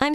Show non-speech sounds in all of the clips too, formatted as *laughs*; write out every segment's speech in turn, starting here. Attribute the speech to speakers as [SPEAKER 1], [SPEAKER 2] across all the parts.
[SPEAKER 1] I'm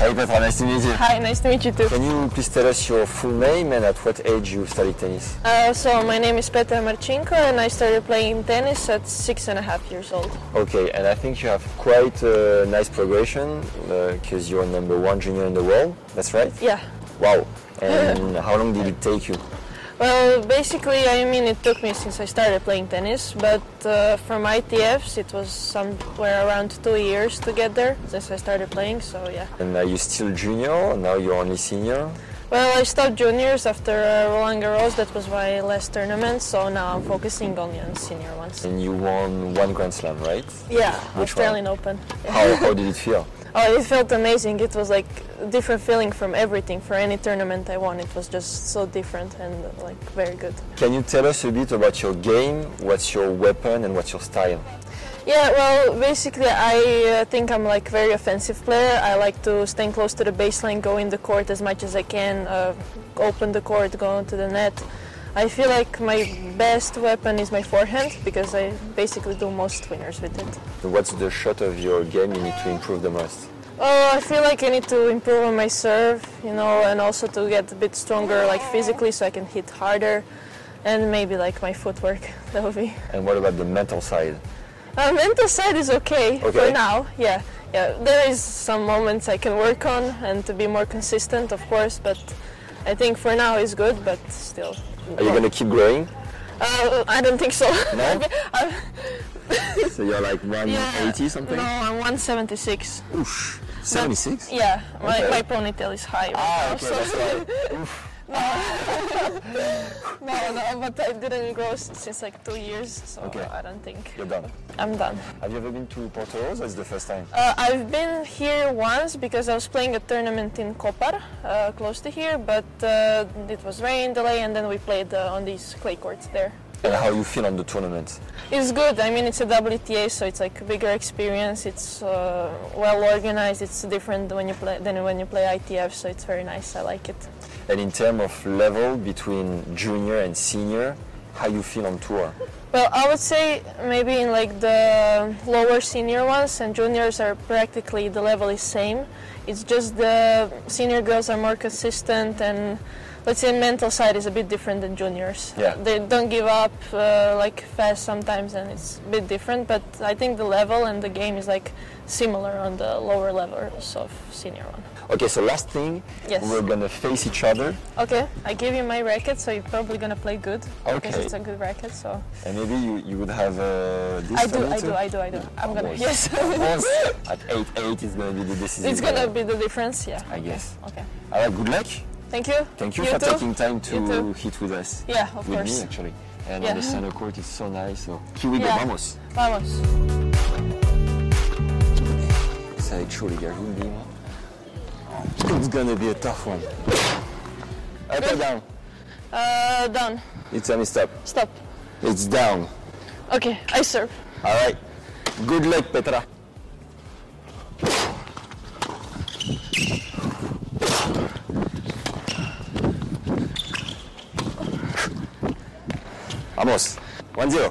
[SPEAKER 2] Ok, vamos. Hey Petra, nice to meet you.
[SPEAKER 3] Hi, nice to meet you too.
[SPEAKER 2] Can you please tell us your full name and at what age you studied tennis?
[SPEAKER 3] Uh, so my name is Petra Marcinko and I started playing tennis at six and a half years old.
[SPEAKER 2] Okay, and I think you have quite a nice progression because you're number one junior in the world. That's right?
[SPEAKER 3] Yeah. *laughs*
[SPEAKER 2] Wow. And how long did it take you?
[SPEAKER 3] Well, basically, I mean, it took me since I started playing tennis, but uh, from ITFs, it was somewhere around two years to get there since I started playing. So yeah.
[SPEAKER 2] And are you still junior? Now you're only senior?
[SPEAKER 3] Well, I stopped juniors after uh, Roland Garros. That was my last tournament. So now I'm focusing only on senior ones.
[SPEAKER 2] And you won one Grand Slam, Mm. right?
[SPEAKER 3] Yeah,
[SPEAKER 2] Which one?
[SPEAKER 3] Australian Open.
[SPEAKER 2] How,
[SPEAKER 3] *laughs*
[SPEAKER 2] how did it feel?
[SPEAKER 3] Oh, it felt amazing. It was like a different feeling from everything. For any tournament I won, it was just so different and like very good.
[SPEAKER 2] Can you tell us a bit about your game? What's your weapon and what's your style?
[SPEAKER 3] Yeah, well, basically, I uh, think I'm like very offensive player. I like to stand close to the baseline, go in the court as much as I can, uh, open the court, go into the net. I feel like my best weapon is my forehand because I basically do most winners with it.
[SPEAKER 2] What's the shot of your game you need to improve the most?
[SPEAKER 3] Oh, I feel like I need to improve on my serve, you know, and also to get a bit stronger, like physically, so I can hit harder, and maybe like my footwork. *laughs* That would be.
[SPEAKER 2] And what about the mental side?
[SPEAKER 3] Uh, mental side is okay,
[SPEAKER 2] Okay.
[SPEAKER 3] for now. Yeah, yeah. There is some moments I can work on and to be more consistent, of course. But I think for now is good. But still,
[SPEAKER 2] Are
[SPEAKER 3] Oh.
[SPEAKER 2] you gonna keep growing?
[SPEAKER 3] uh, I don't think
[SPEAKER 2] *laughs*
[SPEAKER 3] so.
[SPEAKER 2] No?
[SPEAKER 3] *laughs* I'm-
[SPEAKER 2] So you're like 180
[SPEAKER 3] Yeah.
[SPEAKER 2] something?
[SPEAKER 3] No, I'm 176.
[SPEAKER 2] 76?
[SPEAKER 3] Yeah, Oh, my,
[SPEAKER 2] Okay.
[SPEAKER 3] my ponytail is high. Right
[SPEAKER 2] Ah,
[SPEAKER 3] now,
[SPEAKER 2] okay,
[SPEAKER 3] so-
[SPEAKER 2] that's right.
[SPEAKER 3] No, no, but I didn't grow s- since like two years, so
[SPEAKER 2] Okay.
[SPEAKER 3] I don't think
[SPEAKER 2] You're done.
[SPEAKER 3] I'm done.
[SPEAKER 2] Have you ever been to Porto Rosa? It's the first time.
[SPEAKER 3] Uh, I've been here once because I was playing a tournament in Kopar, uh, close to here, but uh, it was rain delay, and then we played uh, on these clay courts there.
[SPEAKER 2] And how you feel on the tournament?
[SPEAKER 3] It's good. I mean, it's a WTA, so it's like a bigger experience. It's uh, well organized. It's different when you play than when you play ITF, so it's very nice. I like it.
[SPEAKER 2] And in terms of level between junior and senior, how you feel on tour?
[SPEAKER 3] Well, I would say maybe in like the lower senior ones and juniors are practically the level is same. It's just the senior girls are more consistent and let's say mental side is a bit different than juniors.
[SPEAKER 2] Yeah.
[SPEAKER 3] They don't give up uh, like fast sometimes and it's a bit different, but I think the level and the game is like similar on the lower levels of senior one.
[SPEAKER 2] Okay, so last thing,
[SPEAKER 3] Yes.
[SPEAKER 2] we're gonna face each other,
[SPEAKER 3] Okay, I gave you my racket, so you're probably gonna play good because
[SPEAKER 2] Okay.
[SPEAKER 3] it's a good racket. So
[SPEAKER 2] and maybe you, you would have uh, this.
[SPEAKER 3] I
[SPEAKER 2] for
[SPEAKER 3] do,
[SPEAKER 2] me
[SPEAKER 3] I
[SPEAKER 2] too?
[SPEAKER 3] do, I do, I do. I'm gonna.
[SPEAKER 2] Almost.
[SPEAKER 3] Yes.
[SPEAKER 2] Almost.
[SPEAKER 3] *laughs*
[SPEAKER 2] At 8 8 is gonna be the decision.
[SPEAKER 3] It's gonna be the difference, yeah.
[SPEAKER 2] I guess.
[SPEAKER 3] Okay.
[SPEAKER 2] All right, good luck.
[SPEAKER 3] Thank you.
[SPEAKER 2] Thank you, for
[SPEAKER 3] too.
[SPEAKER 2] taking time
[SPEAKER 3] You
[SPEAKER 2] to
[SPEAKER 3] too.
[SPEAKER 2] hit with us.
[SPEAKER 3] Yeah, of
[SPEAKER 2] with
[SPEAKER 3] course.
[SPEAKER 2] me actually. And
[SPEAKER 3] Yeah.
[SPEAKER 2] on the center court, it's so nice. So here we go,
[SPEAKER 3] Yeah.
[SPEAKER 2] vamos.
[SPEAKER 3] Vamos.
[SPEAKER 2] Ça va être chaud les gars, je vous le dis moi. It's gonna be a tough one. Up or down?
[SPEAKER 3] Uh, down.
[SPEAKER 2] It's a misstep.
[SPEAKER 3] Stop.
[SPEAKER 2] It's down.
[SPEAKER 3] Okay, I serve.
[SPEAKER 2] All right. Good luck, Petra. Vamos. 1-0.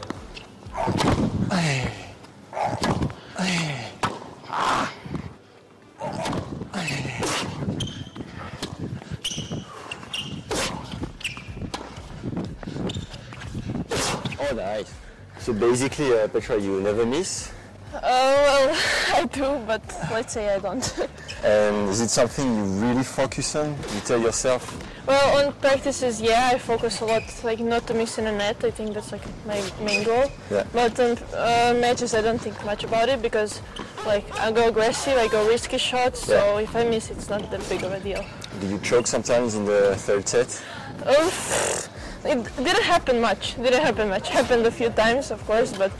[SPEAKER 2] Oh, nice. So basically, uh, Petra, you never miss.
[SPEAKER 3] Uh, well, *laughs* I do, but let's say I don't. *laughs*
[SPEAKER 2] And is it something you really focus on? You tell yourself,
[SPEAKER 3] well, on practices, yeah, I focus a lot, like not to miss in a net. I think that's like my main goal.
[SPEAKER 2] Yeah.
[SPEAKER 3] But on uh, matches, I don't think much about it because, like, I go aggressive, I go risky shots. So
[SPEAKER 2] Yeah.
[SPEAKER 3] if I miss, it's not that big of a deal.
[SPEAKER 2] do you choke sometimes in the third set?
[SPEAKER 3] Oof. It didn't happen much. Didn't happen much. Happened a few times, of course, but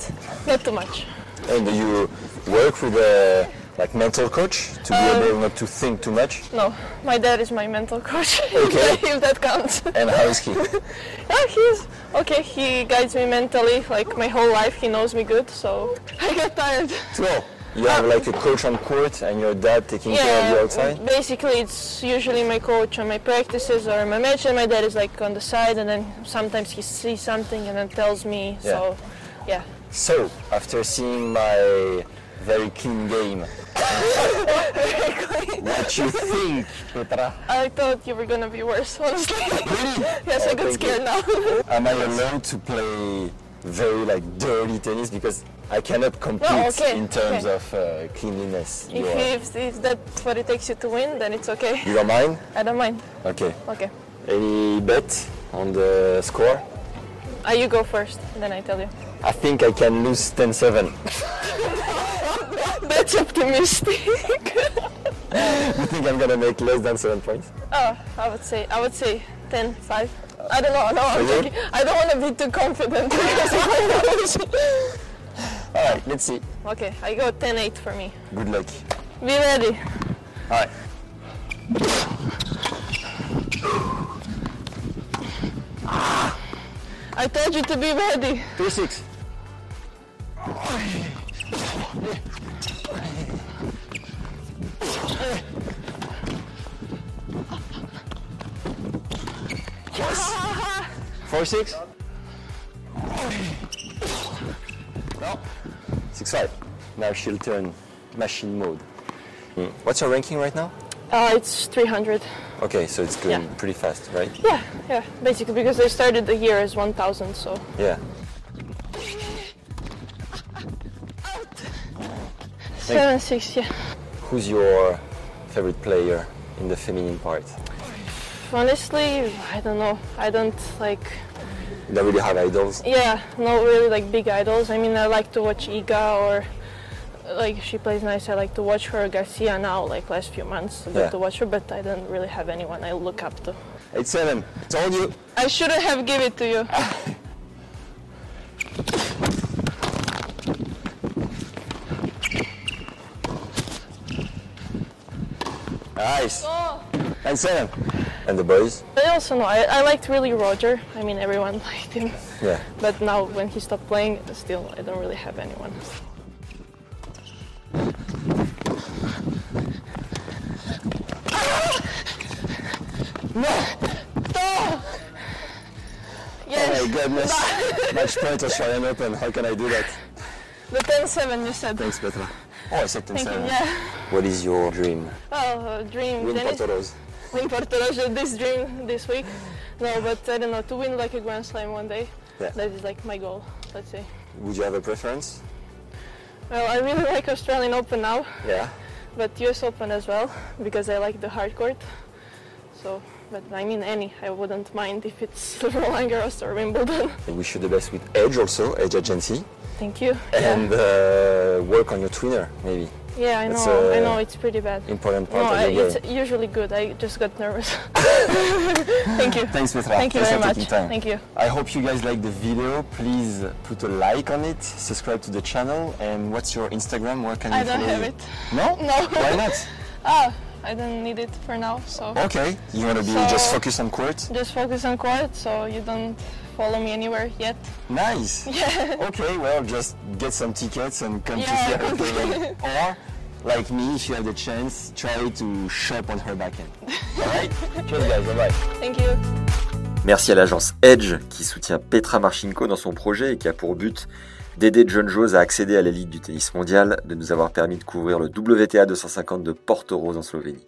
[SPEAKER 3] not too much.
[SPEAKER 2] And do you work with a like mental coach to
[SPEAKER 3] Um,
[SPEAKER 2] be able not to think too much?
[SPEAKER 3] No, my dad is my mental coach, *laughs*
[SPEAKER 2] Okay.
[SPEAKER 3] if that counts. *laughs*
[SPEAKER 2] And how is he?
[SPEAKER 3] Oh, he's okay. He guides me mentally, like my whole life. He knows me good, so *laughs* I get tired.
[SPEAKER 2] so you have like a coach on court and your dad taking care of you outside.
[SPEAKER 3] basically, it's usually my coach on my practices or my match, and my dad is like on the side, and then sometimes he sees something and then tells me.
[SPEAKER 2] Yeah.
[SPEAKER 3] So, yeah.
[SPEAKER 2] So after seeing my very clean game, what you think, Petra?
[SPEAKER 3] I thought you were gonna be worse, *laughs* honestly. yes,
[SPEAKER 2] Oh,
[SPEAKER 3] I got
[SPEAKER 2] thank you.
[SPEAKER 3] scared now. *laughs*
[SPEAKER 2] Am I allowed to play very like dirty tennis because I cannot compete
[SPEAKER 3] Oh, okay,
[SPEAKER 2] in terms
[SPEAKER 3] okay.
[SPEAKER 2] of uh, cleanliness?
[SPEAKER 3] if,
[SPEAKER 2] You are,
[SPEAKER 3] if, if that's what it takes you to win, then it's okay.
[SPEAKER 2] you don't mind?
[SPEAKER 3] I don't mind.
[SPEAKER 2] Okay.
[SPEAKER 3] Okay.
[SPEAKER 2] Any bet on the score?
[SPEAKER 3] Uh, you go first, then I tell you.
[SPEAKER 2] I think I can lose *laughs* 10-7.
[SPEAKER 3] *laughs* That's optimistic.
[SPEAKER 2] You think I'm gonna make less than seven points?
[SPEAKER 3] *laughs* Oh, I would say, I would say 10, 5. I don't know, no, I'm
[SPEAKER 2] you?
[SPEAKER 3] joking. I don't want to be too confident *laughs* because I might lose.
[SPEAKER 2] All right, let's see.
[SPEAKER 3] *laughs* Okay, I go 10, 8 for me.
[SPEAKER 2] Good luck.
[SPEAKER 3] Be ready.
[SPEAKER 2] All right.
[SPEAKER 3] I told you to be ready.
[SPEAKER 2] Three six. Four six. No. Six five. Now she'll turn machine mode. Hmm. What's your ranking right now?
[SPEAKER 3] Uh, it's 300.
[SPEAKER 2] Okay, so it's going
[SPEAKER 3] Yeah.
[SPEAKER 2] pretty fast, right?
[SPEAKER 3] Yeah, yeah, basically because I started the year as 1000, so.
[SPEAKER 2] Yeah.
[SPEAKER 3] seven six. yeah.
[SPEAKER 2] Who's your favorite player in the feminine part?
[SPEAKER 3] Honestly, I don't know. I don't like.
[SPEAKER 2] You don't really have idols.
[SPEAKER 3] Yeah, not really like big idols. I mean, I like to watch Iga or like she plays nice. I like to watch her Garcia now, like last few months. I got
[SPEAKER 2] Yeah.
[SPEAKER 3] to watch her, but I don't really have anyone I look up to.
[SPEAKER 2] Eight seven. Told you.
[SPEAKER 3] I shouldn't have give it to you.
[SPEAKER 2] Nice. And seven. And the boys?
[SPEAKER 3] I also know I, I liked really Roger. I mean, everyone *laughs* liked him.
[SPEAKER 2] Yeah.
[SPEAKER 3] But now when he stopped playing, still I don't really have anyone. No! Ah! Yes,
[SPEAKER 2] Oh my goodness. Match point Australian Open. How can I do that?
[SPEAKER 3] the 10-7 you said.
[SPEAKER 2] Thanks, Petra. Oh, I said ten
[SPEAKER 3] Thank you.
[SPEAKER 2] seven.
[SPEAKER 3] Yeah.
[SPEAKER 2] What is your dream?
[SPEAKER 3] Well, uh, dream
[SPEAKER 2] Win
[SPEAKER 3] tennis.
[SPEAKER 2] Porto Rose.
[SPEAKER 3] Win Porto Rosso this dream this week. No, but I don't know to win like a Grand Slam one day.
[SPEAKER 2] Yeah.
[SPEAKER 3] That is like my goal. Let's say.
[SPEAKER 2] Would you have a preference?
[SPEAKER 3] Well, I really like Australian Open now,
[SPEAKER 2] Yeah.
[SPEAKER 3] but US Open as well because I like the hard court. So, but I mean any. I wouldn't mind if it's *laughs* Roland Garros or Wimbledon.
[SPEAKER 2] I wish you the best with Edge also, Edge Agency.
[SPEAKER 3] Thank you.
[SPEAKER 2] And uh, work on your twinner, maybe.
[SPEAKER 3] yeah, I
[SPEAKER 2] that's,
[SPEAKER 3] know. I
[SPEAKER 2] uh,
[SPEAKER 3] know it's pretty bad.
[SPEAKER 2] Important
[SPEAKER 3] No,
[SPEAKER 2] part
[SPEAKER 3] I,
[SPEAKER 2] of your
[SPEAKER 3] it's
[SPEAKER 2] game.
[SPEAKER 3] usually good. I just got
[SPEAKER 2] *laughs*
[SPEAKER 3] nervous. Thank you.
[SPEAKER 2] Thanks, Petra.
[SPEAKER 3] Thank you
[SPEAKER 2] Thanks
[SPEAKER 3] very
[SPEAKER 2] for
[SPEAKER 3] much.
[SPEAKER 2] taking time.
[SPEAKER 3] Thank you.
[SPEAKER 2] I hope you guys like the video. Please put a like on it, subscribe to the channel, and what's your Instagram? Where can
[SPEAKER 3] I
[SPEAKER 2] we
[SPEAKER 3] don't
[SPEAKER 2] follow
[SPEAKER 3] have
[SPEAKER 2] you?
[SPEAKER 3] it.
[SPEAKER 2] No?
[SPEAKER 3] *laughs* No.
[SPEAKER 2] Why not?
[SPEAKER 3] Ah, I don't need it for now. So
[SPEAKER 2] Okay. You want to be
[SPEAKER 3] So-
[SPEAKER 2] just focus on court?
[SPEAKER 3] just focus on court. So you don't follow me anywhere yet. *laughs*
[SPEAKER 2] Nice. Okay, well, just get some tickets and come
[SPEAKER 3] Yeah.
[SPEAKER 2] to see
[SPEAKER 3] *laughs*
[SPEAKER 2] her. play. or, like me, if you have the chance, try to shop on her
[SPEAKER 3] *laughs*
[SPEAKER 2] backend. Alright? Cheers, guys. Bye bye.
[SPEAKER 3] Thank you.
[SPEAKER 4] Merci à l'agence Edge qui soutient Petra Marchinko dans son projet et qui a pour but d'aider de jeunes joueuses à accéder à l'élite du tennis mondial, de nous avoir permis de couvrir le WTA 250 de Porto Rose en Slovénie.